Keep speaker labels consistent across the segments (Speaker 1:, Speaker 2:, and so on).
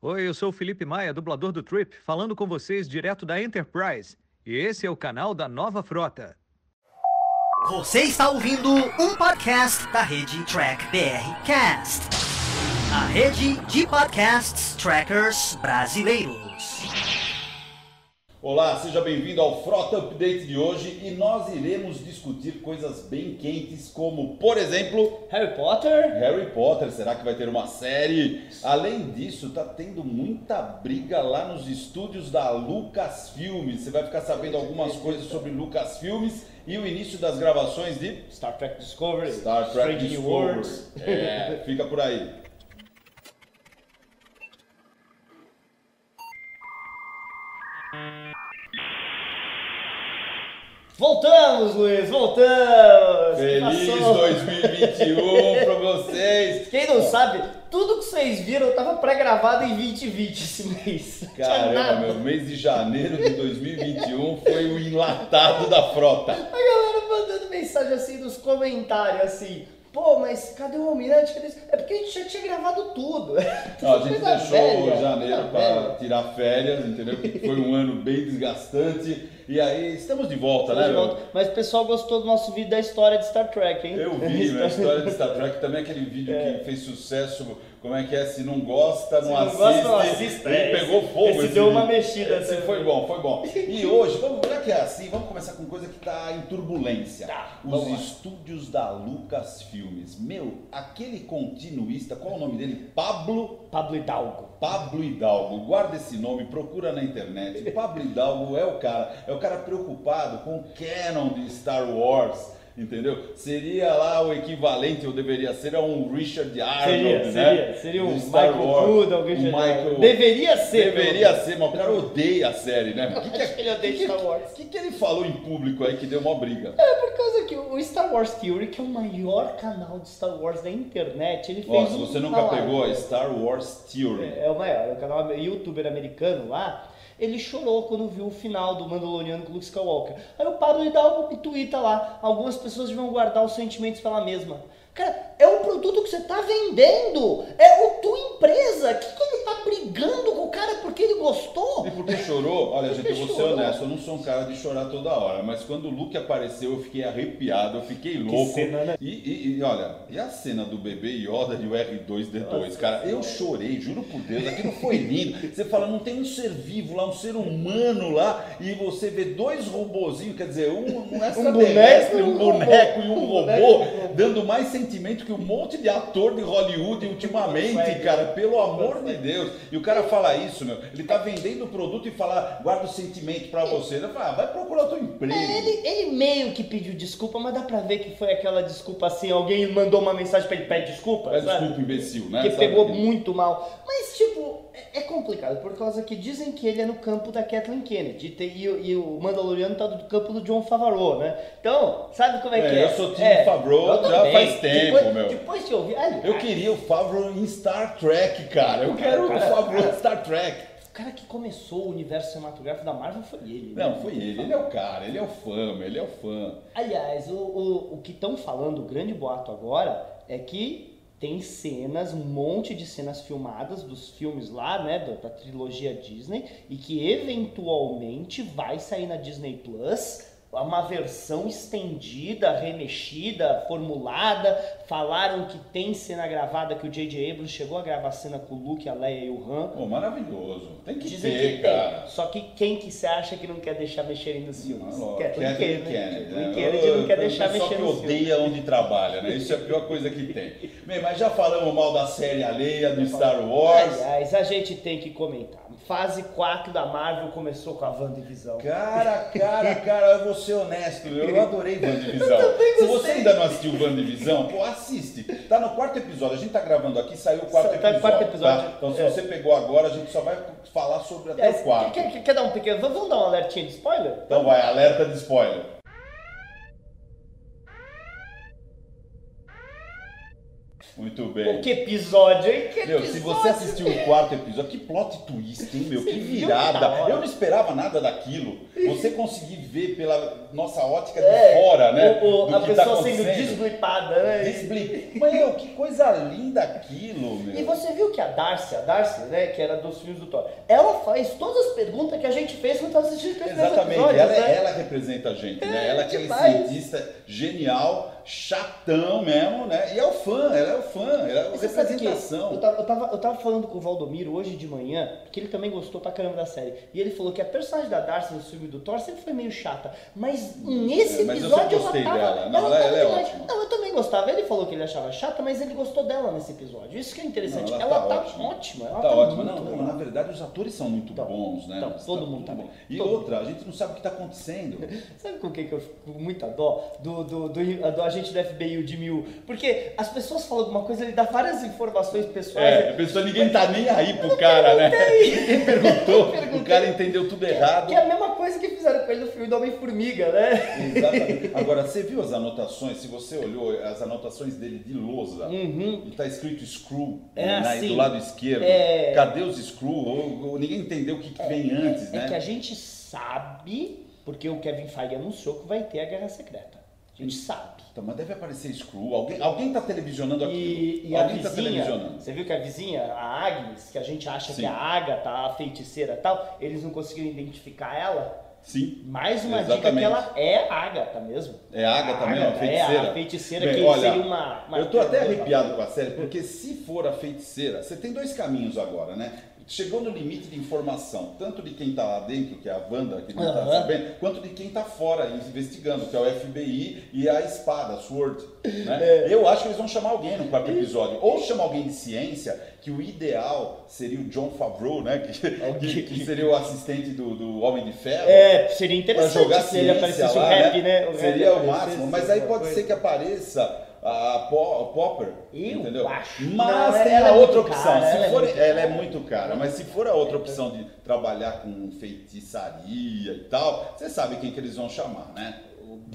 Speaker 1: Oi, eu sou o Felipe Maia, dublador do Trip, falando com vocês direto da Enterprise. E esse é o canal da Nova Frota.
Speaker 2: Você está ouvindo um podcast da rede Track BR Cast, a rede de podcasts trackers brasileiros.
Speaker 3: Olá, seja bem-vindo ao Frota Update de hoje e nós iremos discutir coisas bem quentes como, por exemplo,
Speaker 4: Harry Potter?
Speaker 3: Harry Potter, será que vai ter uma série? Além disso, tá tendo muita briga lá nos estúdios da Lucasfilmes. Você vai ficar sabendo algumas coisas sobre Lucasfilmes e o início das gravações de
Speaker 4: Star Trek Discovery?
Speaker 3: Star Trek
Speaker 4: Strange New
Speaker 3: Discovery.
Speaker 4: Worlds?
Speaker 3: É, fica por aí.
Speaker 4: Voltamos, Luiz, voltamos! Que
Speaker 3: Feliz
Speaker 4: passou?
Speaker 3: 2021 pra vocês.
Speaker 4: Quem não sabe, tudo que vocês viram tava pré-gravado em 2020 esse mês. Não tinha
Speaker 3: Caramba,
Speaker 4: nada.
Speaker 3: meu, mês de janeiro de 2021 foi o enlatado da frota.
Speaker 4: A galera mandando mensagem assim nos comentários, assim... Pô, mas cadê o Almirante? Cadê isso? É porque a gente já tinha gravado tudo.
Speaker 3: Ó, a gente
Speaker 4: Coisa
Speaker 3: deixou
Speaker 4: velha,
Speaker 3: janeiro
Speaker 4: coisa
Speaker 3: para
Speaker 4: velha.
Speaker 3: tirar férias, entendeu? Porque foi um ano bem desgastante. E aí, estamos de volta, né,
Speaker 4: Mas
Speaker 3: meu?
Speaker 4: volta. Mas o pessoal gostou do nosso vídeo da história de Star Trek, hein?
Speaker 3: Eu vi meu, a história de Star Trek, também aquele vídeo que fez sucesso. Como é que é? Se não gosta, não
Speaker 4: Se não
Speaker 3: assiste.
Speaker 4: gosta, não assista,
Speaker 3: E
Speaker 4: é,
Speaker 3: pegou
Speaker 4: esse-
Speaker 3: fogo.
Speaker 4: esse deu uma
Speaker 3: vídeo.
Speaker 4: mexida,
Speaker 3: Esse
Speaker 4: né?
Speaker 3: assim, foi bom, foi bom. E hoje, vamos, já que é assim, vamos começar com coisa que tá em turbulência.
Speaker 4: Tá,
Speaker 3: Os
Speaker 4: vamos lá.
Speaker 3: estúdios da Lucas Filmes. Meu, aquele continuista, qual é o nome dele? Pablo
Speaker 4: Pablo Hidalgo.
Speaker 3: Pablo Hidalgo, guarda esse nome, procura na internet. Pablo Hidalgo é o cara, é o cara preocupado com o canon de Star Wars, entendeu? Seria lá o equivalente, ou deveria ser a um Richard
Speaker 4: Seria,
Speaker 3: Arnold, né?
Speaker 4: seria. Seria um
Speaker 3: De Star
Speaker 4: Michael
Speaker 3: Wars.
Speaker 4: Gould, alguém
Speaker 3: Um
Speaker 4: já-
Speaker 3: Michael...
Speaker 4: Deveria ser.
Speaker 3: Deveria ser, mas o cara odeia a série, né? O que,
Speaker 4: Acho que ele odeia
Speaker 3: que,
Speaker 4: Star Wars.
Speaker 3: O que, que ele falou em público aí que deu uma briga?
Speaker 4: É por causa que o Star Wars Theory, que é o maior canal de Star Wars da internet, ele fez
Speaker 3: Ó, se
Speaker 4: um
Speaker 3: você nunca
Speaker 4: malabarismo.
Speaker 3: pegou a Star Wars Theory,
Speaker 4: É, é o maior, é o canal am- youtuber americano lá. Ele chorou quando viu o final do Mandaloriano com Luke Skywalker. Aí o Pablo Hidalgo tuita lá. Algumas pessoas vão guardar os sentimentos pela mesma. Cara, é o produto que você tá vendendo! É o tua empresa! Que que ele tá brigando com o cara porque ele gostou?
Speaker 3: E porque chorou, olha gente, eu vou ser
Speaker 4: Chorou.
Speaker 3: honesto, eu não sou um cara de chorar toda hora, mas quando o Luke apareceu eu fiquei arrepiado, eu fiquei louco.
Speaker 4: cena, né?
Speaker 3: e, e- e, olha, e a cena do bebê Yoda e o R2D2, cara, eu chorei, juro por Deus, aquilo foi lindo. Você fala, não tem um ser vivo lá, um ser humano lá, e você vê dois robozinhos, quer dizer, um, um extraterrestre,
Speaker 4: boneco e
Speaker 3: um
Speaker 4: um robô.
Speaker 3: boneco e um
Speaker 4: Um
Speaker 3: robô,
Speaker 4: boneco e um robô.
Speaker 3: dando mais sentimento que um monte de ator de Hollywood ultimamente,
Speaker 4: Consegue.
Speaker 3: cara, pelo amor de Deus. E o cara fala isso, meu. Ele tá vendendo o produto e fala, guarda o sentimento pra você. Ele fala, ah, vai procurar outro emprego.
Speaker 4: É, ele, ele meio que pediu desculpa, mas dá pra ver que foi aquela desculpa assim, alguém mandou uma mensagem pra ele pede desculpa,
Speaker 3: Mas
Speaker 4: sabe?
Speaker 3: desculpa, imbecil, né?
Speaker 4: Que
Speaker 3: Sabe?
Speaker 4: pegou muito mal. Mas, tipo, é, é complicado, por causa que dizem que ele é no campo da Kathleen Kennedy. E, tem- e o- e o Mandaloriano tá do campo do John Favreau, né? Então, sabe como é,
Speaker 3: É,
Speaker 4: que é?
Speaker 3: eu sou time Favreau
Speaker 4: eu
Speaker 3: já
Speaker 4: também.
Speaker 3: faz tempo,
Speaker 4: Depois-
Speaker 3: meu.
Speaker 4: Depois de ouvir... Aliás,
Speaker 3: Eu queria o Favreau em Star Trek, cara. Eu quero o Favreau em Star Trek.
Speaker 4: o cara que começou o universo cinematográfico da Marvel foi ele. né?
Speaker 3: Não, foi ele. Ele é o cara, ele é o fã, meu, ele é o fã.
Speaker 4: Aliás, o, o, o que estão falando, o grande boato agora, é que tem cenas, um monte de cenas filmadas dos filmes lá, né, da, da trilogia Disney, e que eventualmente vai sair na Disney Plus uma versão estendida, remexida, formulada. Falaram que tem cena gravada, que o J.J. Abrams chegou a gravar cena com o Luke, a Leia e o Han.
Speaker 3: Pô, maravilhoso. Tem que
Speaker 4: Dizem
Speaker 3: ter,
Speaker 4: que
Speaker 3: cara. Ah,
Speaker 4: tem. Só que quem que você acha que não quer deixar mexer nos filmes?
Speaker 3: Não,
Speaker 4: Quer-
Speaker 3: Kathleen
Speaker 4: Kennedy,
Speaker 3: Kennedy, né?
Speaker 4: Kathleen Kennedy não quer
Speaker 3: O
Speaker 4: deixar
Speaker 3: pessoal
Speaker 4: mexer
Speaker 3: que
Speaker 4: nos filmes.
Speaker 3: odeia onde trabalha, né? Isso é a pior coisa que tem. Bem, mas já falamos mal da série alheia, do Star Wars.
Speaker 4: Aliás, a gente tem que comentar. Fase 4 da Marvel começou com a WandaVision.
Speaker 3: Cara, cara, cara, eu vou ser honesto, meu, eu adorei Wandivisão. Se você ainda não assistiu Wandivisão, pô, assiste. Tá no quarto episódio, a gente tá gravando aqui, saiu o quarto
Speaker 4: Tá no
Speaker 3: episódio.
Speaker 4: quarto episódio.
Speaker 3: tá? Então se
Speaker 4: É.
Speaker 3: você pegou agora, a gente só vai falar sobre até
Speaker 4: É,
Speaker 3: o quarto.
Speaker 4: quer, quer- quer dar um pequeno. Vamos dar um alertinha de spoiler?
Speaker 3: Então vai, alerta de spoiler. Muito bem.
Speaker 4: Que episódio, hein? Que
Speaker 3: Meu,
Speaker 4: episódio,
Speaker 3: se você assistiu o quarto episódio, que plot twist, hein, meu?
Speaker 4: Você
Speaker 3: Que
Speaker 4: viu que
Speaker 3: virada.
Speaker 4: da hora?
Speaker 3: Eu não esperava nada daquilo. Você conseguir ver pela nossa ótica de
Speaker 4: É,
Speaker 3: fora, né?
Speaker 4: o- o-
Speaker 3: do
Speaker 4: a
Speaker 3: que tá
Speaker 4: pessoa sendo
Speaker 3: acontecendo.
Speaker 4: desblipada, né?
Speaker 3: Desbli- Meu, que coisa linda aquilo, meu.
Speaker 4: E você viu que a Darcy, a Darcy, né, que era dos filhos do Thor, ela faz todas as perguntas que a gente fez quando estava assistindo os primeiros
Speaker 3: Exatamente,
Speaker 4: episódios,
Speaker 3: ela, é
Speaker 4: né?
Speaker 3: ela representa a gente, né? Ela é aquele
Speaker 4: demais.
Speaker 3: cientista genial, chatão mesmo, né? E é o fã, ela é o fã, ela é a
Speaker 4: Você sabe que Eu
Speaker 3: representação.
Speaker 4: tava, eu, tava, eu tava falando com o Valdomiro hoje de manhã, porque ele também gostou pra caramba da série. E ele falou que a personagem da Darcy no filme do Thor sempre foi meio chata. Mas nesse
Speaker 3: É, mas eu sempre
Speaker 4: episódio
Speaker 3: gostei
Speaker 4: ela tava.
Speaker 3: dela. Não, ela-
Speaker 4: tava
Speaker 3: ela é
Speaker 4: demais.
Speaker 3: ótima.
Speaker 4: Não, eu também gostava. Ele falou que ele achava chata, mas ele gostou dela nesse episódio. Isso que é interessante.
Speaker 3: Não,
Speaker 4: ela, tá
Speaker 3: ótima.
Speaker 4: ótima. Ela
Speaker 3: tá, ótima.
Speaker 4: muito
Speaker 3: Não, não,
Speaker 4: legal.
Speaker 3: na verdade os atores são muito
Speaker 4: Então,
Speaker 3: bons, né?
Speaker 4: então,
Speaker 3: Eles
Speaker 4: todo
Speaker 3: tão
Speaker 4: mundo
Speaker 3: muito
Speaker 4: tá
Speaker 3: bom.
Speaker 4: bem.
Speaker 3: E
Speaker 4: Todo
Speaker 3: outra, a gente não sabe o que tá acontecendo.
Speaker 4: Sabe com quem que eu fico com muita dó? Do, do, do, do agente do FBI, o Jimmy Woo. Porque as pessoas falam alguma coisa, ele dá várias informações pessoais.
Speaker 3: É, a pessoa ninguém tá nem aí pro cara, né? Ninguém perguntou, o cara entendeu tudo errado.
Speaker 4: Que é a mesma coisa que fizeram com ele no filme do Homem-Formiga, né?
Speaker 3: Exatamente. Agora, você viu as anotações? Se você olhou as anotações dele de lousa, e tá escrito screw
Speaker 4: É
Speaker 3: né,
Speaker 4: assim.
Speaker 3: do lado esquerdo.
Speaker 4: É.
Speaker 3: Cadê os screw? Ou- ou ninguém entendeu o que, que vem antes,
Speaker 4: É
Speaker 3: né?
Speaker 4: que a gente sabe, porque o Kevin Feige anunciou que vai ter a Guerra Secreta. A gente sabe.
Speaker 3: Então, mas deve aparecer screw. Alguém, alguém tá televisionando aquilo.
Speaker 4: E, e a
Speaker 3: alguém tá
Speaker 4: vizinha,
Speaker 3: televisionando.
Speaker 4: você viu que a vizinha, a Agnes, que a gente acha
Speaker 3: Sim.
Speaker 4: que é a Agatha, a feiticeira e tal, eles não conseguiram identificar ela.
Speaker 3: Sim.
Speaker 4: Mais uma dica
Speaker 3: Exatamente.
Speaker 4: que ela é a Agatha mesmo.
Speaker 3: É a Agatha mesmo, a
Speaker 4: Agatha, é,
Speaker 3: feiticeira.
Speaker 4: a feiticeira
Speaker 3: Bem,
Speaker 4: que
Speaker 3: olha,
Speaker 4: seria uma- uma-
Speaker 3: Eu tô até arrepiado com a série, porque se for a feiticeira, você tem dois caminhos agora, né? Chegou no limite de informação, tanto de quem tá lá dentro, que é a Wanda, que não tá
Speaker 4: Aham.
Speaker 3: sabendo, quanto de quem tá fora investigando, que é o FBI e a espada, a Sword. Né?
Speaker 4: É.
Speaker 3: Eu acho que eles vão chamar alguém no quarto episódio. Ou chamar alguém de ciência, que o ideal seria o John Favreau, né? Que, que- que seria o assistente do, do Homem de Ferro.
Speaker 4: É, seria
Speaker 3: Pra
Speaker 4: interessante
Speaker 3: jogar
Speaker 4: se ele
Speaker 3: ciência
Speaker 4: aparecesse
Speaker 3: lá,
Speaker 4: o rap, né? rap
Speaker 3: Seria o
Speaker 4: aparecesse,
Speaker 3: máximo, mas aí
Speaker 4: alguma
Speaker 3: pode
Speaker 4: coisa.
Speaker 3: ser que apareça a, Po- a Popper,
Speaker 4: Eu
Speaker 3: entendeu?
Speaker 4: acho.
Speaker 3: Mas
Speaker 4: Não,
Speaker 3: tem
Speaker 4: ela
Speaker 3: a
Speaker 4: é
Speaker 3: outra
Speaker 4: muito
Speaker 3: opção.
Speaker 4: cara,
Speaker 3: se
Speaker 4: ela é
Speaker 3: for,
Speaker 4: muito
Speaker 3: ela é
Speaker 4: cara.
Speaker 3: muito cara, mas se for a outra opção de trabalhar com feitiçaria e tal, você sabe quem que eles vão chamar, né?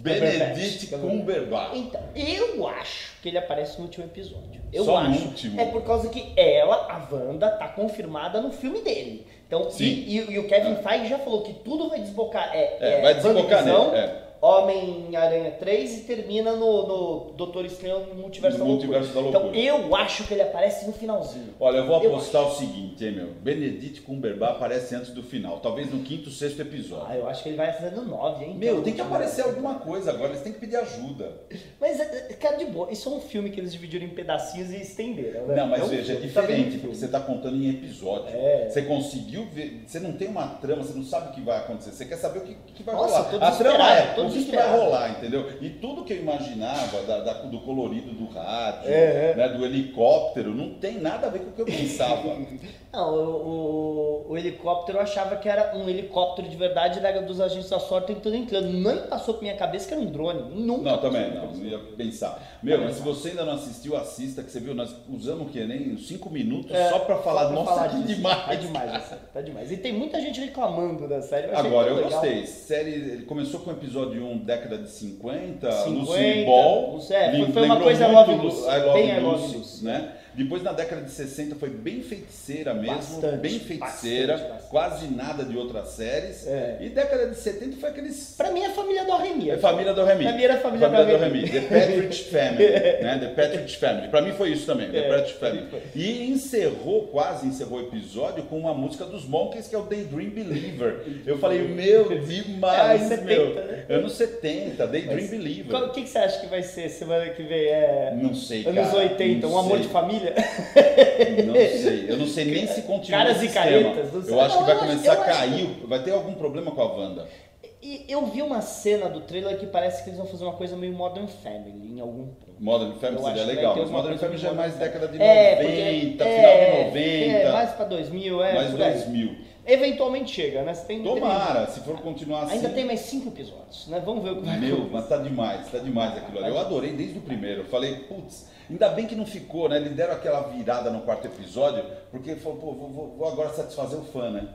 Speaker 3: Benedict Cumberbatch.
Speaker 4: Então, eu acho que ele aparece no último episódio. Eu
Speaker 3: Só no
Speaker 4: acho.
Speaker 3: último?
Speaker 4: É por causa que ela, a Wanda, tá confirmada no filme dele. Então,
Speaker 3: Sim.
Speaker 4: e, e- e o Kevin Feige já falou que tudo vai desbocar. É,
Speaker 3: É, vai desbocar
Speaker 4: WandaVision,
Speaker 3: nele, é.
Speaker 4: Homem-Aranha 3 e termina no, no Doutor Estranho no Multiverso,
Speaker 3: É, No
Speaker 4: da,
Speaker 3: Multiverso
Speaker 4: loucura.
Speaker 3: da Loucura.
Speaker 4: Então, eu acho que ele aparece no finalzinho.
Speaker 3: Olha, eu vou
Speaker 4: Eu
Speaker 3: apostar o seguinte, hein, meu? Benedict Cumberbatch aparece antes do final, talvez no quinto, sexto episódio.
Speaker 4: Ah, eu acho que ele vai fazendo 9, hein?
Speaker 3: Meu,
Speaker 4: Então,
Speaker 3: tem que
Speaker 4: cara.
Speaker 3: aparecer alguma coisa agora, eles têm que pedir ajuda.
Speaker 4: Mas, é, é, cara, de boa, isso é um filme que eles dividiram em pedacinhos e estenderam, né?
Speaker 3: Não, mas
Speaker 4: É um
Speaker 3: veja, é
Speaker 4: filme, tá bem
Speaker 3: diferente,
Speaker 4: um filme.
Speaker 3: porque você está contando em episódio.
Speaker 4: É.
Speaker 3: Você conseguiu ver, você não tem uma trama, você não sabe o que vai acontecer, você quer saber o que, que vai
Speaker 4: Nossa,
Speaker 3: rolar.
Speaker 4: tô
Speaker 3: A trama é,
Speaker 4: desesperado, tô
Speaker 3: o que, que vai
Speaker 4: desesperado.
Speaker 3: rolar, entendeu? E tudo que eu imaginava da- da- do colorido do rádio,
Speaker 4: É, é.
Speaker 3: né, do helicóptero, não tem nada a ver com o que eu pensava.
Speaker 4: Não, o, o- o helicóptero eu achava que era um helicóptero de verdade da, dos agentes da sorte tentando entrando. Nem passou por minha cabeça que era um drone. Nunca.
Speaker 3: Não, também
Speaker 4: passou
Speaker 3: não,
Speaker 4: por
Speaker 3: não
Speaker 4: minha
Speaker 3: ia pensar. Meu, mas se você ainda não assistiu, assista, que você viu, nós usamos o que nem uns cinco minutos
Speaker 4: cabeça.
Speaker 3: só para falar,
Speaker 4: É, pra
Speaker 3: nossa,
Speaker 4: falar
Speaker 3: que
Speaker 4: disso.
Speaker 3: demais.
Speaker 4: Tá demais, essa, tá demais. E tem muita gente reclamando da série. achei
Speaker 3: Agora, eu
Speaker 4: tão legal.
Speaker 3: gostei. Série, ele começou com o episódio 1, década de 50,
Speaker 4: 50,
Speaker 3: Lucille Ball.
Speaker 4: não sei, é, foi-
Speaker 3: Lem-
Speaker 4: foi uma
Speaker 3: lembrou
Speaker 4: coisa
Speaker 3: muito
Speaker 4: Love
Speaker 3: Lu-
Speaker 4: Lucy,
Speaker 3: I Love
Speaker 4: bem I Love
Speaker 3: Lucy,
Speaker 4: Lucy.
Speaker 3: né? Depois, na década de 60, foi bem feiticeira mesmo,
Speaker 4: Bastante,
Speaker 3: bem feiticeira,
Speaker 4: bastante, bastante.
Speaker 3: quase nada de outras séries.
Speaker 4: É.
Speaker 3: E década de 70 foi aqueles...
Speaker 4: Pra mim é a família do Arremia.
Speaker 3: É família do Remy.
Speaker 4: Pra mim era a família
Speaker 3: família
Speaker 4: do
Speaker 3: do Remy. The Patrick Family. né? The Patrick Family. Pra mim foi isso também. The
Speaker 4: É,
Speaker 3: Patrick Family. E encerrou, quase encerrou o episódio com uma música dos Monkeys, que é o Daydream Believer. Eu falei, meu, demais,
Speaker 4: É, anos
Speaker 3: meu.
Speaker 4: 70, né?
Speaker 3: Anos 70, Daydream Believer.
Speaker 4: Qual- O que, que você acha que vai ser semana que vem? É...
Speaker 3: Não sei, cara.
Speaker 4: Anos 80,
Speaker 3: Não
Speaker 4: um amor
Speaker 3: sei.
Speaker 4: de família?
Speaker 3: Não sei. Eu não sei nem se continua
Speaker 4: Caras
Speaker 3: esse
Speaker 4: e
Speaker 3: sistema.
Speaker 4: caretas, não sei.
Speaker 3: Eu acho que
Speaker 4: Não,
Speaker 3: vai
Speaker 4: eu acho-
Speaker 3: começar
Speaker 4: eu
Speaker 3: a
Speaker 4: acho
Speaker 3: cair. Vai ter algum problema com a Wanda.
Speaker 4: E eu vi uma cena do trailer que parece que eles vão fazer uma coisa meio Modern Family em algum ponto.
Speaker 3: Modern Family
Speaker 4: Eu
Speaker 3: seria
Speaker 4: acho que vai
Speaker 3: legal,
Speaker 4: ter
Speaker 3: mas
Speaker 4: uma
Speaker 3: Modern
Speaker 4: coisa
Speaker 3: Family já é
Speaker 4: de
Speaker 3: mais década de 90,
Speaker 4: porque-
Speaker 3: final de
Speaker 4: é,
Speaker 3: 90.
Speaker 4: É, mais pra 2000, é.
Speaker 3: Mais
Speaker 4: por aí.
Speaker 3: 2000.
Speaker 4: Eventualmente chega, né? Você tem
Speaker 3: Tomara, se for continuar
Speaker 4: tem-
Speaker 3: assim.
Speaker 4: Ainda tem mais cinco episódios, né? Vamos ver o que vai
Speaker 3: Meu,
Speaker 4: acontecer.
Speaker 3: mas tá demais, tá demais aquilo ali. Eu adorei desde o primeiro. Eu falei, putz, ainda bem que não ficou, né? Eles deram aquela virada no quarto episódio, porque falou, pô, vou, vou- vou agora satisfazer o fã, né?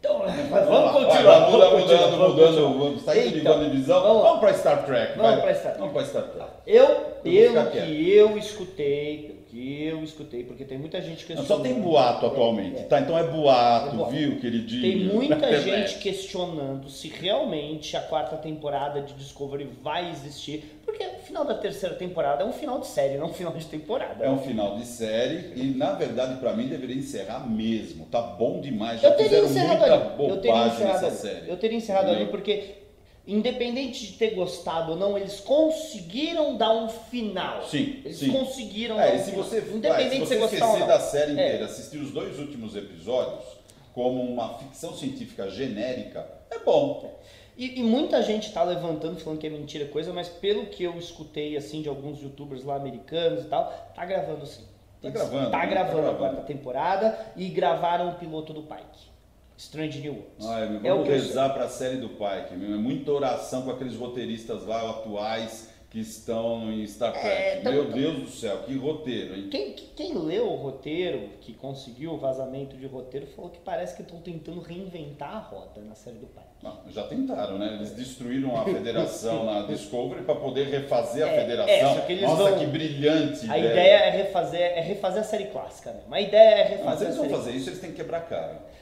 Speaker 4: Então, vamos,
Speaker 3: lá, vai,
Speaker 4: continuar.
Speaker 3: vai,
Speaker 4: vamos
Speaker 3: muda- mudando,
Speaker 4: continuar, vamos
Speaker 3: mudando,
Speaker 4: continuar.
Speaker 3: vamos sair de
Speaker 4: Então,
Speaker 3: Wanda divisão.
Speaker 4: vamos
Speaker 3: Vamos,
Speaker 4: lá.
Speaker 3: pra Star Trek,
Speaker 4: Vamos
Speaker 3: vai.
Speaker 4: pra Star Trek.
Speaker 3: Vamos pra Star Trek.
Speaker 4: Eu,
Speaker 3: Eu vou ficar
Speaker 4: pelo
Speaker 3: quieto.
Speaker 4: que eu escutei, pelo que que eu escutei, porque tem muita gente
Speaker 3: Não,
Speaker 4: questionando.
Speaker 3: só tem boato atualmente, tá? Então é boato,
Speaker 4: É boato.
Speaker 3: viu, queridinho? é
Speaker 4: Tem
Speaker 3: Na
Speaker 4: muita
Speaker 3: internet.
Speaker 4: gente questionando se realmente a quarta temporada de Discovery vai existir, porque o final da terceira temporada é um final de série, não um final de temporada.
Speaker 3: É um final de série e, na verdade, pra mim deveria encerrar mesmo. Tá bom demais. Já
Speaker 4: Eu teria
Speaker 3: fizeram
Speaker 4: encerrado
Speaker 3: muita
Speaker 4: ali. Eu teria
Speaker 3: bobagem
Speaker 4: encerrado
Speaker 3: nessa
Speaker 4: ali.
Speaker 3: série.
Speaker 4: Eu teria encerrado ali
Speaker 3: Entendeu?
Speaker 4: porque, independente de ter gostado ou não, eles conseguiram dar um final.
Speaker 3: Sim,
Speaker 4: Eles
Speaker 3: sim.
Speaker 4: conseguiram dar
Speaker 3: É,
Speaker 4: um
Speaker 3: e se
Speaker 4: final.
Speaker 3: você, vai, se
Speaker 4: independente
Speaker 3: você
Speaker 4: de você
Speaker 3: esquecer
Speaker 4: gostar ou não.
Speaker 3: da série
Speaker 4: É.
Speaker 3: inteira, assistir os dois últimos episódios como uma ficção científica genérica, é bom.
Speaker 4: E, e muita gente tá levantando, falando que é mentira coisa, mas pelo que eu escutei, assim, de alguns youtubers lá americanos e tal, tá gravando sim.
Speaker 3: Tá gravando,
Speaker 4: Tá
Speaker 3: né?
Speaker 4: gravando
Speaker 3: Tá
Speaker 4: a quarta
Speaker 3: gravando.
Speaker 4: temporada e gravaram o piloto do Pike. Strange New Worlds.
Speaker 3: Ai, meu,
Speaker 4: é o
Speaker 3: vamos
Speaker 4: que eu sei.
Speaker 3: rezar pra série do Pike, meu. É muita oração com aqueles roteiristas lá atuais que estão em Star Trek.
Speaker 4: É, tão-
Speaker 3: meu
Speaker 4: tão-
Speaker 3: Deus do céu, que roteiro, hein?
Speaker 4: Quem, quem leu o roteiro, que conseguiu o vazamento de roteiro, falou que parece que estão tentando reinventar a roda na série do Pike.
Speaker 3: Não, já tentaram, né? Eles destruíram a federação na Discovery pra poder refazer a
Speaker 4: É,
Speaker 3: federação.
Speaker 4: é, só que eles
Speaker 3: Nossa,
Speaker 4: vão-
Speaker 3: que brilhante
Speaker 4: A ideia é refazer, é refazer a série clássica, né? Mas a ideia é
Speaker 3: Não, Mas
Speaker 4: refazer
Speaker 3: Ah, eles
Speaker 4: a série
Speaker 3: vão fazer isso, eles têm que quebrar a cara.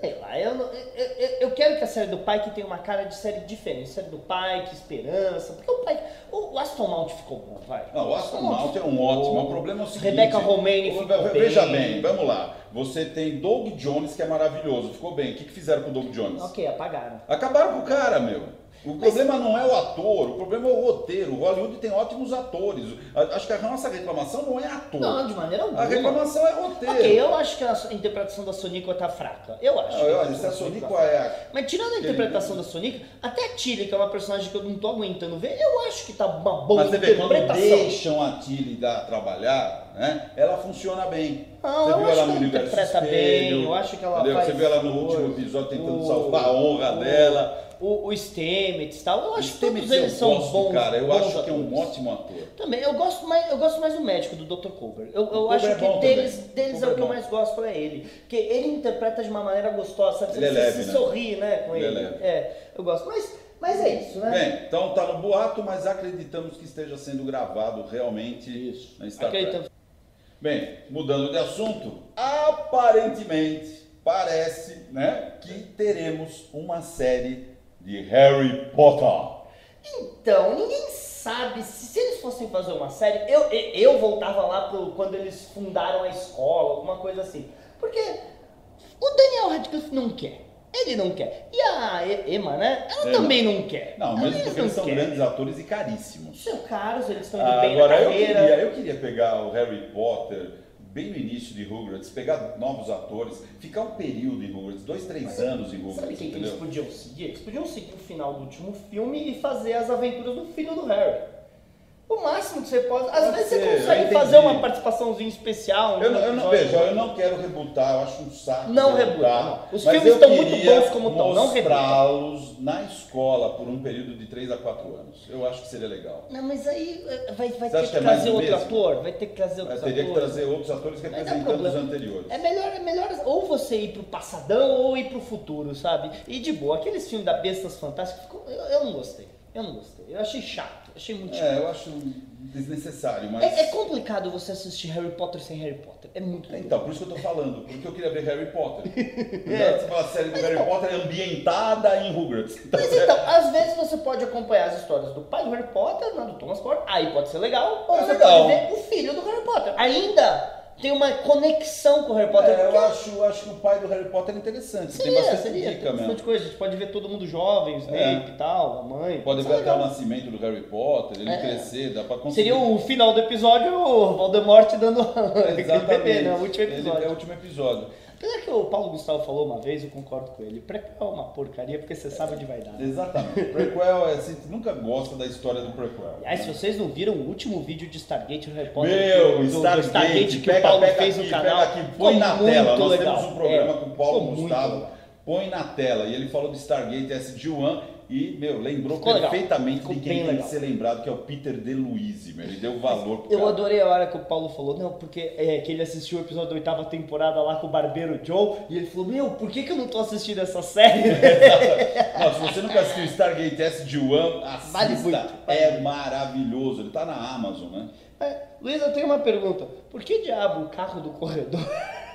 Speaker 4: Sei lá, eu, não- eu, eu- eu quero que a série do Pike tenha uma cara de série diferente. Série do Pike, Esperança, porque o Pike... O, o Aston Mount ficou bom, vai.
Speaker 3: Não, o Aston Martin é um ótimo. O problema é o seguinte.
Speaker 4: Rebecca Romijn
Speaker 3: Ô,
Speaker 4: ficou
Speaker 3: Veja
Speaker 4: bem.
Speaker 3: bem, vamos lá. Você tem Doug Jones, que é maravilhoso. Ficou bem. O que, que fizeram com o Doug Jones?
Speaker 4: Ok, apagaram.
Speaker 3: Acabaram com o cara, meu. O problema não é o ator, o problema é o roteiro. O Hollywood tem ótimos atores. A- Acho que a nossa reclamação não é ator.
Speaker 4: Não, de maneira
Speaker 3: a
Speaker 4: alguma.
Speaker 3: reclamação é roteiro.
Speaker 4: Ok, eu acho que a interpretação da Sonica tá fraca. Eu acho. Tá
Speaker 3: Não, eu
Speaker 4: que
Speaker 3: acho que a Sonico é a
Speaker 4: Mas tirando a
Speaker 3: Ele-
Speaker 4: interpretação da Sonica, até a Tilly, que é uma personagem que eu não tô aguentando ver, eu acho que tá uma boa
Speaker 3: Mas você vê, quando
Speaker 4: interpretação.
Speaker 3: deixam a Tilly dar, trabalhar, né, ela funciona bem.
Speaker 4: Não,
Speaker 3: você
Speaker 4: eu
Speaker 3: viu
Speaker 4: acho
Speaker 3: ela
Speaker 4: que
Speaker 3: no
Speaker 4: ela
Speaker 3: Liga
Speaker 4: interpreta bem, eu acho que ela
Speaker 3: entendeu?
Speaker 4: faz
Speaker 3: Você viu ela no
Speaker 4: coisa.
Speaker 3: último episódio tentando
Speaker 4: O-
Speaker 3: salvar a honra
Speaker 4: o-
Speaker 3: dela.
Speaker 4: O, o Stamets e tal, eu acho
Speaker 3: Esse
Speaker 4: que todos
Speaker 3: Temer, eu
Speaker 4: eles são
Speaker 3: gosto,
Speaker 4: bons.
Speaker 3: cara. Eu
Speaker 4: bons
Speaker 3: acho que é um
Speaker 4: atores.
Speaker 3: ótimo ator.
Speaker 4: Também, eu gosto mais, eu gosto mais do médico, do Dr. Colbert. Eu, eu
Speaker 3: Colbert
Speaker 4: acho
Speaker 3: é
Speaker 4: que
Speaker 3: bom
Speaker 4: deles,
Speaker 3: também.
Speaker 4: deles
Speaker 3: Colbert
Speaker 4: é o
Speaker 3: é
Speaker 4: que eu
Speaker 3: bom.
Speaker 4: mais gosto é ele. Porque ele interpreta de uma maneira gostosa, sabe? Você
Speaker 3: Ele é
Speaker 4: se-
Speaker 3: leve,
Speaker 4: se
Speaker 3: né?
Speaker 4: sorri, né, com
Speaker 3: Ele
Speaker 4: ele.
Speaker 3: é leve.
Speaker 4: É, eu gosto. Mas, mas é isso, né?
Speaker 3: Bem, então tá no boato, mas acreditamos que esteja sendo gravado realmente
Speaker 4: Isso. então.
Speaker 3: na Star Trek.
Speaker 4: Acreditamos.
Speaker 3: Bem, mudando de assunto, aparentemente parece né, que teremos uma série de Harry Potter.
Speaker 4: Então, ninguém sabe se, se eles fossem fazer uma série, eu, eu eu voltava lá pro, quando eles fundaram a escola, alguma coisa assim. Porque o Daniel Radcliffe não quer. Ele não quer. E a E- Emma, né? Ela
Speaker 3: Emma.
Speaker 4: também não quer.
Speaker 3: Não,
Speaker 4: Ela-
Speaker 3: mesmo
Speaker 4: eles
Speaker 3: porque eles são
Speaker 4: querem.
Speaker 3: grandes atores e caríssimos.
Speaker 4: São caros, eles estão indo
Speaker 3: Ah,
Speaker 4: bem na
Speaker 3: Agora, eu
Speaker 4: carreira.
Speaker 3: queria, eu queria pegar o Harry Potter bem no início de Hogwarts, pegar novos atores, ficar um período em Hogwarts, dois, três anos em
Speaker 4: Sabe
Speaker 3: Hogwarts,
Speaker 4: quem que eles
Speaker 3: entendeu?
Speaker 4: podiam seguir? Eles podiam seguir o final do último filme e fazer as aventuras do filho do Harry. O máximo que você pode. Às
Speaker 3: Pode
Speaker 4: vezes
Speaker 3: ser,
Speaker 4: você
Speaker 3: eu
Speaker 4: consegue
Speaker 3: entendi.
Speaker 4: fazer uma participaçãozinha especial.
Speaker 3: Eu
Speaker 4: um
Speaker 3: não, eu não
Speaker 4: episódio.
Speaker 3: vejo, eu não quero rebutar, eu acho um saco.
Speaker 4: Não
Speaker 3: rebutar,
Speaker 4: rebuta, não. Os
Speaker 3: mas
Speaker 4: filmes
Speaker 3: eu
Speaker 4: estão muito
Speaker 3: queria
Speaker 4: bons como estão, não rebuta.
Speaker 3: Mostrá-los na escola por um período de 3 a 4 anos. Eu acho que seria legal.
Speaker 4: Não, mas aí eh, vai, vai
Speaker 3: Você
Speaker 4: ter
Speaker 3: acha
Speaker 4: que
Speaker 3: que é mais
Speaker 4: trazer
Speaker 3: do
Speaker 4: outro
Speaker 3: mesmo?
Speaker 4: ator, vai ter que trazer outro
Speaker 3: Mas
Speaker 4: ator.
Speaker 3: teria que trazer outros atores
Speaker 4: Mas dá
Speaker 3: representando os
Speaker 4: problema.
Speaker 3: anteriores.
Speaker 4: É melhor, é melhor ou você ir pro passadão ou ir pro futuro, sabe? E de boa, aqueles filmes da Bestas Fantásticas, ficou- eu, eu não gostei. Eu não gostei. Eu achei chato, achei muito
Speaker 3: É,
Speaker 4: chato.
Speaker 3: eu acho desnecessário, mas.
Speaker 4: É, é complicado você assistir Harry Potter sem Harry Potter. É muito complicado.
Speaker 3: Então, por isso que eu tô falando, porque eu queria ver Harry Potter.
Speaker 4: É.
Speaker 3: Você fala, a série do
Speaker 4: Mas
Speaker 3: Harry
Speaker 4: então-
Speaker 3: Potter é ambientada em Hogwarts. Então,
Speaker 4: Mas
Speaker 3: é-
Speaker 4: então, às vezes você pode acompanhar as histórias do pai do Harry Potter, né, do Thomas Potter, aí pode ser legal, ou
Speaker 3: É
Speaker 4: você
Speaker 3: legal.
Speaker 4: pode ver o filho do Harry Potter. Ainda tem uma conexão com o Harry Potter,
Speaker 3: É,
Speaker 4: porque
Speaker 3: eu acho, eu acho que o pai do Harry Potter é interessante. tem
Speaker 4: Seria,
Speaker 3: bastante
Speaker 4: seria.
Speaker 3: dica
Speaker 4: Tem
Speaker 3: mesmo.
Speaker 4: bastante coisa. A gente pode ver todo mundo jovem, o Snape e tal, a mãe.
Speaker 3: Pode
Speaker 4: Isso
Speaker 3: ver
Speaker 4: é
Speaker 3: até
Speaker 4: legal.
Speaker 3: o nascimento do Harry Potter, ele
Speaker 4: É.
Speaker 3: crescer, dá pra conseguir.
Speaker 4: Seria o final do episódio, o Voldemort dando aquele bebê,
Speaker 3: Exatamente.
Speaker 4: né? O último
Speaker 3: Ele-
Speaker 4: episódio.
Speaker 3: é o último episódio.
Speaker 4: Apesar que o Paulo Gustavo falou uma vez, eu concordo com ele. Prequel é uma porcaria, porque você sabe onde vai dar.
Speaker 3: Exatamente. O prequel é assim, tu nunca gosta da história do prequel.
Speaker 4: Aliás, se
Speaker 3: né?
Speaker 4: vocês não viram o último vídeo de Stargate do Harry Potter,
Speaker 3: Meu,
Speaker 4: do- do,
Speaker 3: Stargate,
Speaker 4: Stargate que
Speaker 3: pega,
Speaker 4: o Paulo
Speaker 3: pega
Speaker 4: fez
Speaker 3: aqui,
Speaker 4: no canal,
Speaker 3: Pega aqui,
Speaker 4: ficou
Speaker 3: põe na
Speaker 4: muito
Speaker 3: tela. Nós
Speaker 4: legal.
Speaker 3: temos um programa
Speaker 4: É,
Speaker 3: com o Paulo
Speaker 4: ficou muito
Speaker 3: Gustavo.
Speaker 4: legal.
Speaker 3: Põe na tela. E ele falou de Stargate SG-1 e, meu, lembrou
Speaker 4: Ficou legal.
Speaker 3: perfeitamente
Speaker 4: Ficou
Speaker 3: de
Speaker 4: bem
Speaker 3: quem tem que
Speaker 4: legal.
Speaker 3: ser lembrado, que é o Peter DeLuise, meu. Ele deu valor pro
Speaker 4: Eu
Speaker 3: cara.
Speaker 4: adorei a hora que o Paulo falou, não, porque é que ele assistiu o episódio da oitava temporada lá com o Barbeiro Joe, e ele falou, meu, por que, que eu não tô assistindo essa série?
Speaker 3: Não, se você nunca assistiu Stargate SG-1, assista.
Speaker 4: Vale muito, vale
Speaker 3: é maravilhoso. Ele tá na Amazon, né?
Speaker 4: É, Luiz, eu tenho uma pergunta. Por que diabo o carro do corredor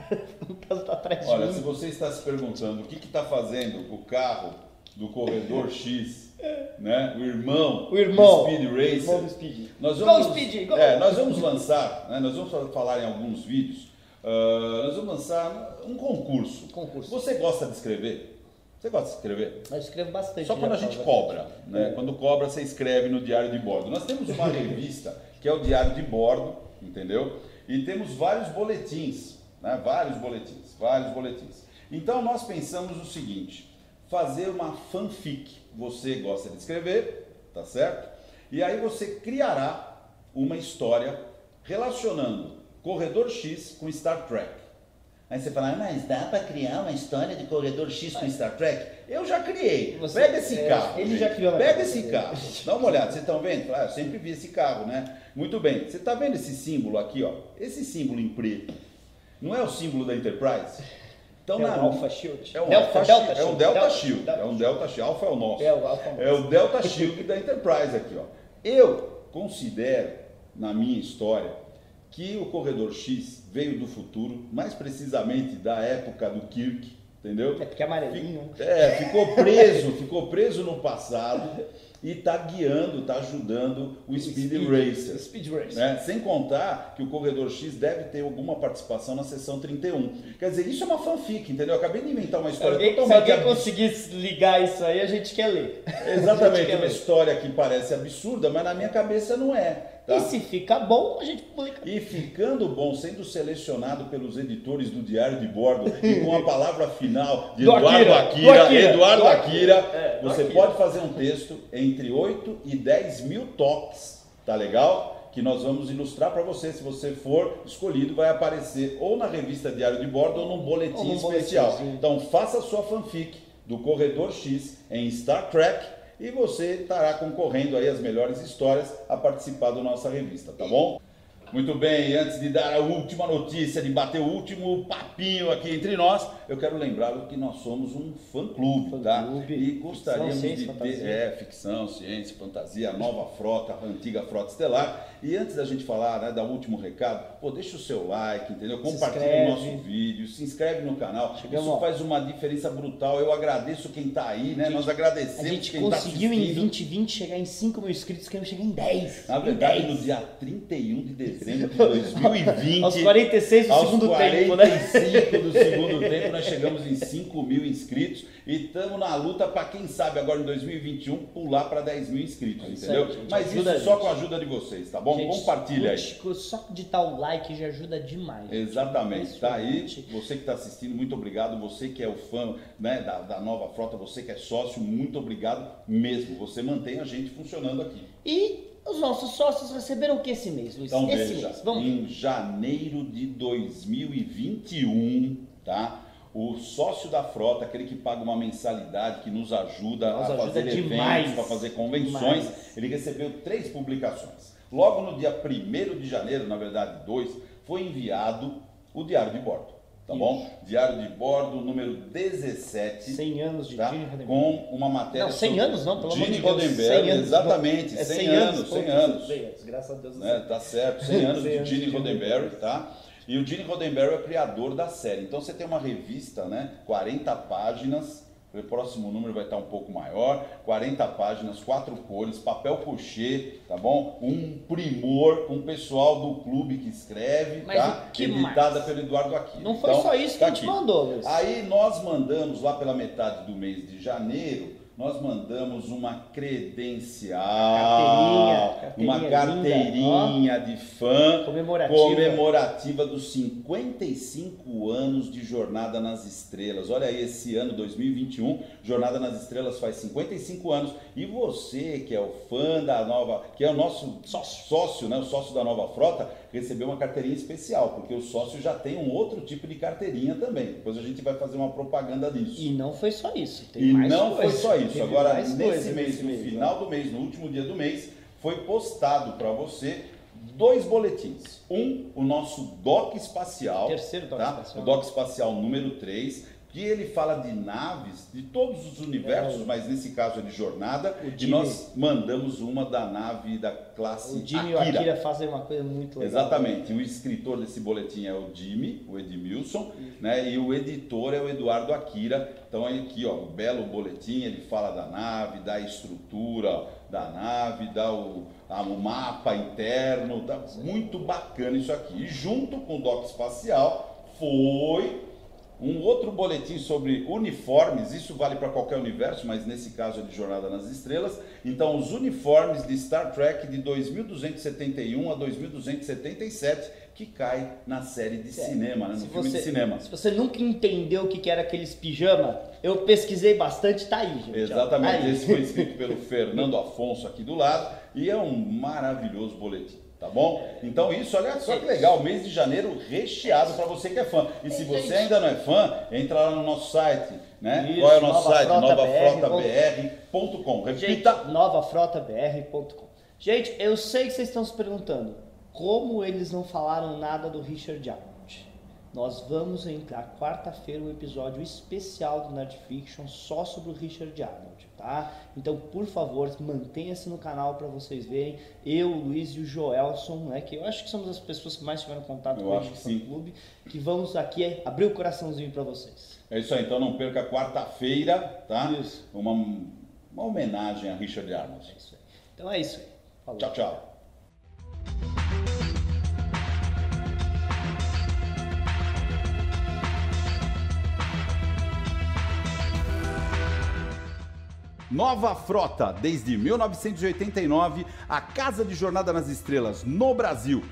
Speaker 4: tá, tá atrás
Speaker 3: Olha,
Speaker 4: de
Speaker 3: se
Speaker 4: mim?
Speaker 3: você está se perguntando o que está fazendo o carro do corredor X, né? O irmão,
Speaker 4: O irmão.
Speaker 3: do Speed Racer.
Speaker 4: O irmão do Speed.
Speaker 3: Nós
Speaker 4: Go,
Speaker 3: vamos,
Speaker 4: Speed, go!
Speaker 3: É, nós vamos lançar, né, nós vamos falar em alguns vídeos, ah, nós vamos lançar um concurso.
Speaker 4: Concurso.
Speaker 3: Você gosta de escrever? Você gosta de escrever?
Speaker 4: Eu escrevo bastante.
Speaker 3: Só
Speaker 4: já,
Speaker 3: quando a gente
Speaker 4: Paulo.
Speaker 3: cobra, né? Quando cobra, você escreve no diário de bordo. Nós temos uma revista que é o diário de bordo, entendeu? E temos vários boletins, né? Vários boletins, vários boletins. Então nós pensamos o seguinte: fazer uma fanfic. Você gosta de escrever, tá certo? E aí você criará uma história relacionando Corredor X com Star Trek. Aí você fala, "Ah, mas dá pra criar uma história de Corredor X com Star Trek? Eu já criei.
Speaker 4: Você-
Speaker 3: Pega esse
Speaker 4: é,
Speaker 3: carro.
Speaker 4: ele
Speaker 3: gente.
Speaker 4: já criou na
Speaker 3: Pega
Speaker 4: cabeça
Speaker 3: esse
Speaker 4: dele.
Speaker 3: carro. Dá uma olhada, vocês estão vendo? Ah, eu sempre vi esse carro, né? Muito bem. Você está vendo esse símbolo aqui, ó? Esse símbolo em preto. Não é o símbolo da Enterprise? Então,
Speaker 4: É o
Speaker 3: na-
Speaker 4: Alpha Shield.
Speaker 3: É um
Speaker 4: Delta-
Speaker 3: Alpha
Speaker 4: Delta
Speaker 3: Shield. É um
Speaker 4: Shield.
Speaker 3: Delta
Speaker 4: Delta-
Speaker 3: Shield.
Speaker 4: Delta
Speaker 3: É um Delta Shield. Alpha é o nosso.
Speaker 4: É o Alpha é o
Speaker 3: É o Delta Shield da Enterprise aqui, ó. Eu considero, na minha história, que o Corredor X veio do futuro, mais precisamente da época do Kirk, entendeu?
Speaker 4: É porque é amarelinho.
Speaker 3: Fi- É, ficou preso, ficou preso no passado e tá guiando, tá ajudando o Speed, Racer.
Speaker 4: Speed Racer.
Speaker 3: né? Sem contar que o Corredor X deve ter alguma participação na sessão 31. Quer dizer, isso é uma fanfic, entendeu? Eu acabei de inventar uma história
Speaker 4: Alguém- é se
Speaker 3: totalmente
Speaker 4: alguém
Speaker 3: absurda.
Speaker 4: conseguir ligar isso aí, a gente quer ler. A gente
Speaker 3: Exatamente,
Speaker 4: quer
Speaker 3: uma
Speaker 4: ler.
Speaker 3: história que parece absurda, mas na minha cabeça não é. tá?
Speaker 4: E se fica bom, a gente publica.
Speaker 3: E ficando bom, sendo selecionado pelos editores do Diário de Bordo e com a palavra final de
Speaker 4: Do
Speaker 3: Eduardo
Speaker 4: Akira,
Speaker 3: Akira,
Speaker 4: do Akira,
Speaker 3: Eduardo
Speaker 4: do
Speaker 3: Akira,
Speaker 4: Akira. É, do
Speaker 3: você
Speaker 4: Akira.
Speaker 3: pode fazer um texto entre 8 e 10 mil toques, tá legal? Que nós vamos ilustrar para você. Se você for escolhido, vai aparecer ou na revista Diário de Bordo ou num boletim
Speaker 4: Ou num
Speaker 3: especial.
Speaker 4: boletimzinho.
Speaker 3: Então faça sua fanfic do Corredor X em Star Trek. E você estará concorrendo aí as melhores histórias a participar da nossa revista, tá bom? Muito bem, e antes de dar a última notícia, de bater o último papinho aqui entre nós, eu quero lembrá-lo que nós somos um fã-clube, tá?
Speaker 4: Fã-clube,
Speaker 3: E gostaríamos
Speaker 4: ficção,
Speaker 3: de ter
Speaker 4: ciência, fantasia.
Speaker 3: é, ficção, ciência, fantasia, nova frota, antiga frota estelar. E antes da gente falar, né, dar o último recado, pô, deixa o seu like, entendeu? Compartilha o
Speaker 4: inscreve.
Speaker 3: nosso vídeo, se inscreve no canal.
Speaker 4: Chegamos,
Speaker 3: Isso
Speaker 4: ó.
Speaker 3: faz uma diferença brutal. Eu agradeço quem tá aí, né? Nós
Speaker 4: A
Speaker 3: agradecemos
Speaker 4: gente
Speaker 3: quem
Speaker 4: conseguiu
Speaker 3: tá
Speaker 4: em
Speaker 3: assistindo.
Speaker 4: 2020 chegar em 5 mil inscritos, queremos chegar em 10.
Speaker 3: Na verdade, no dia 31 de dezembro de 2020.
Speaker 4: Aos 46 do
Speaker 3: Aos
Speaker 4: segundo tempo, né?
Speaker 3: 45 do segundo tempo, nós chegamos em 5 mil inscritos e estamos na luta para, quem sabe, agora em 2021, pular para 10 mil inscritos,
Speaker 4: isso
Speaker 3: entendeu?
Speaker 4: aí, gente,
Speaker 3: Mas
Speaker 4: ajuda
Speaker 3: isso
Speaker 4: a
Speaker 3: só
Speaker 4: gente.
Speaker 3: com a ajuda de vocês, tá bom?
Speaker 4: Gente,
Speaker 3: Compartilha aí.
Speaker 4: curte, curte, Só digitar o like já ajuda demais.
Speaker 3: Exatamente,
Speaker 4: Isso,
Speaker 3: tá aí.
Speaker 4: gente.
Speaker 3: Você que está assistindo, muito obrigado. Você que é o fã né, da, da nova frota, você que é sócio, muito obrigado mesmo. Você mantém a gente funcionando aqui.
Speaker 4: E os nossos sócios receberam o que esse mês, Luiz?
Speaker 3: Então
Speaker 4: esse
Speaker 3: veja,
Speaker 4: mês. Vamos ver.
Speaker 3: em janeiro de 2021, tá? O sócio da frota, aquele que paga uma mensalidade, que nos ajuda
Speaker 4: Nos
Speaker 3: a
Speaker 4: ajuda
Speaker 3: fazer
Speaker 4: demais.
Speaker 3: eventos, para fazer convenções,
Speaker 4: Demais.
Speaker 3: ele recebeu três publicações. Logo no dia 1 de janeiro, na verdade 2, foi enviado o diário de bordo, tá
Speaker 4: Isso.
Speaker 3: bom? Diário de bordo número 17,
Speaker 4: 100 anos de
Speaker 3: tá?
Speaker 4: Gene Roddenberry.
Speaker 3: com uma matéria
Speaker 4: Não, 100
Speaker 3: sobre
Speaker 4: anos não, pelo amor
Speaker 3: Gene
Speaker 4: de Deus. 100
Speaker 3: Roddenberry,
Speaker 4: anos, não.
Speaker 3: exatamente,
Speaker 4: É
Speaker 3: 100 anos, 100 anos
Speaker 4: anos. Graças a Deus.
Speaker 3: né? Tá certo, 100 anos
Speaker 4: 100
Speaker 3: de
Speaker 4: anos
Speaker 3: Gene
Speaker 4: de Gene
Speaker 3: Roddenberry, tá? E o Gene Roddenberry é o criador da série. Então você tem uma revista, né? 40 páginas. O próximo número vai estar um pouco maior. 40 páginas, quatro cores, papel pochê, tá bom? Um primor, um pessoal do clube que escreve,
Speaker 4: Mas
Speaker 3: tá?
Speaker 4: o que
Speaker 3: Editada
Speaker 4: mais?
Speaker 3: pelo Eduardo Aquino.
Speaker 4: Não foi
Speaker 3: Então,
Speaker 4: só isso que
Speaker 3: tá
Speaker 4: a gente
Speaker 3: aqui.
Speaker 4: mandou, Luiz.
Speaker 3: Aí nós mandamos lá pela metade do mês de janeiro, nós mandamos uma credencial,
Speaker 4: Carteirinha,
Speaker 3: uma
Speaker 4: carteirinha
Speaker 3: carteirinha de fã
Speaker 4: Comemorativa.
Speaker 3: comemorativa dos 55 anos de Jornada nas Estrelas. Olha aí, esse ano 2021, Jornada nas Estrelas faz 55 anos e você que é o fã da nova, que é o nosso sócio, né, o sócio da Nova Frota, recebeu uma carteirinha especial, porque o sócio já tem um outro tipo de carteirinha também. Depois a gente vai fazer uma propaganda disso.
Speaker 4: E não foi só isso. Tem
Speaker 3: E
Speaker 4: mais
Speaker 3: não
Speaker 4: coisa.
Speaker 3: foi só isso.
Speaker 4: Teve
Speaker 3: Agora,
Speaker 4: mais
Speaker 3: nesse
Speaker 4: coisa
Speaker 3: mês,
Speaker 4: nesse
Speaker 3: no
Speaker 4: mês, né?
Speaker 3: final do mês, no último dia do mês, foi postado para você dois boletins. Um, o nosso DOC espacial.
Speaker 4: Terceiro DOC
Speaker 3: tá?
Speaker 4: espacial.
Speaker 3: O DOC espacial número 3. que ele fala de naves de todos os universos,
Speaker 4: É.
Speaker 3: mas nesse caso é de jornada.
Speaker 4: O
Speaker 3: E
Speaker 4: Jimmy-
Speaker 3: nós mandamos uma da nave da classe
Speaker 4: O Jimmy e o
Speaker 3: Akira.
Speaker 4: Akira fazem uma coisa muito legal.
Speaker 3: Exatamente. O escritor desse boletim é o Jimmy, o Edmilson, né? E o editor é o Eduardo Akira. Então aí aqui, ó, um belo boletim, ele fala da nave, da estrutura da nave, dá o, a- o mapa interno, tá muito bacana isso aqui. E junto com o Doc Espacial foi um outro boletim sobre uniformes, isso vale para qualquer universo, mas nesse caso é de Jornada nas Estrelas. Então, os uniformes de Star Trek de 2271 a 2277, que cai na série de cinema, né? no
Speaker 4: Se
Speaker 3: filme
Speaker 4: você-
Speaker 3: de cinema.
Speaker 4: Se você nunca entendeu o que que era aqueles pijama, eu pesquisei bastante, tá aí, gente. ó. Tá
Speaker 3: Exatamente,
Speaker 4: aí.
Speaker 3: esse foi escrito pelo Fernando Afonso aqui do lado e é um maravilhoso boletim. Tá bom? Então isso, olha só que legal, mês de janeiro recheado para você que é fã. E se você ainda não é fã, entra lá no nosso site, né?
Speaker 4: Isso,
Speaker 3: Qual é o nosso
Speaker 4: Nova
Speaker 3: site?
Speaker 4: Frota
Speaker 3: novafrotabr.com.
Speaker 4: Gente,
Speaker 3: Repita.
Speaker 4: novafrotabr.com. Gente, eu sei que vocês estão se perguntando como eles não falaram nada do Richard Diamond. Nós vamos entrar quarta-feira um episódio especial do Nerd Fiction só sobre o Richard Diamond, tá? Então, por favor, mantenha-se no canal para vocês verem. Eu, o Luiz e o Joelson, né, que eu acho que somos as pessoas que mais tiveram contato
Speaker 3: Eu
Speaker 4: com
Speaker 3: acho
Speaker 4: o
Speaker 3: que
Speaker 4: Fã
Speaker 3: sim.
Speaker 4: Clube, que vamos aqui abrir o coraçãozinho para vocês.
Speaker 3: É isso aí, então não perca quarta-feira, tá?
Speaker 4: Isso.
Speaker 3: Uma, uma homenagem a Richard Arnold.
Speaker 4: É isso aí. Então é isso aí. Falou.
Speaker 3: Tchau, tchau. Nova Frota, desde 1989, a casa de jornada nas estrelas no Brasil.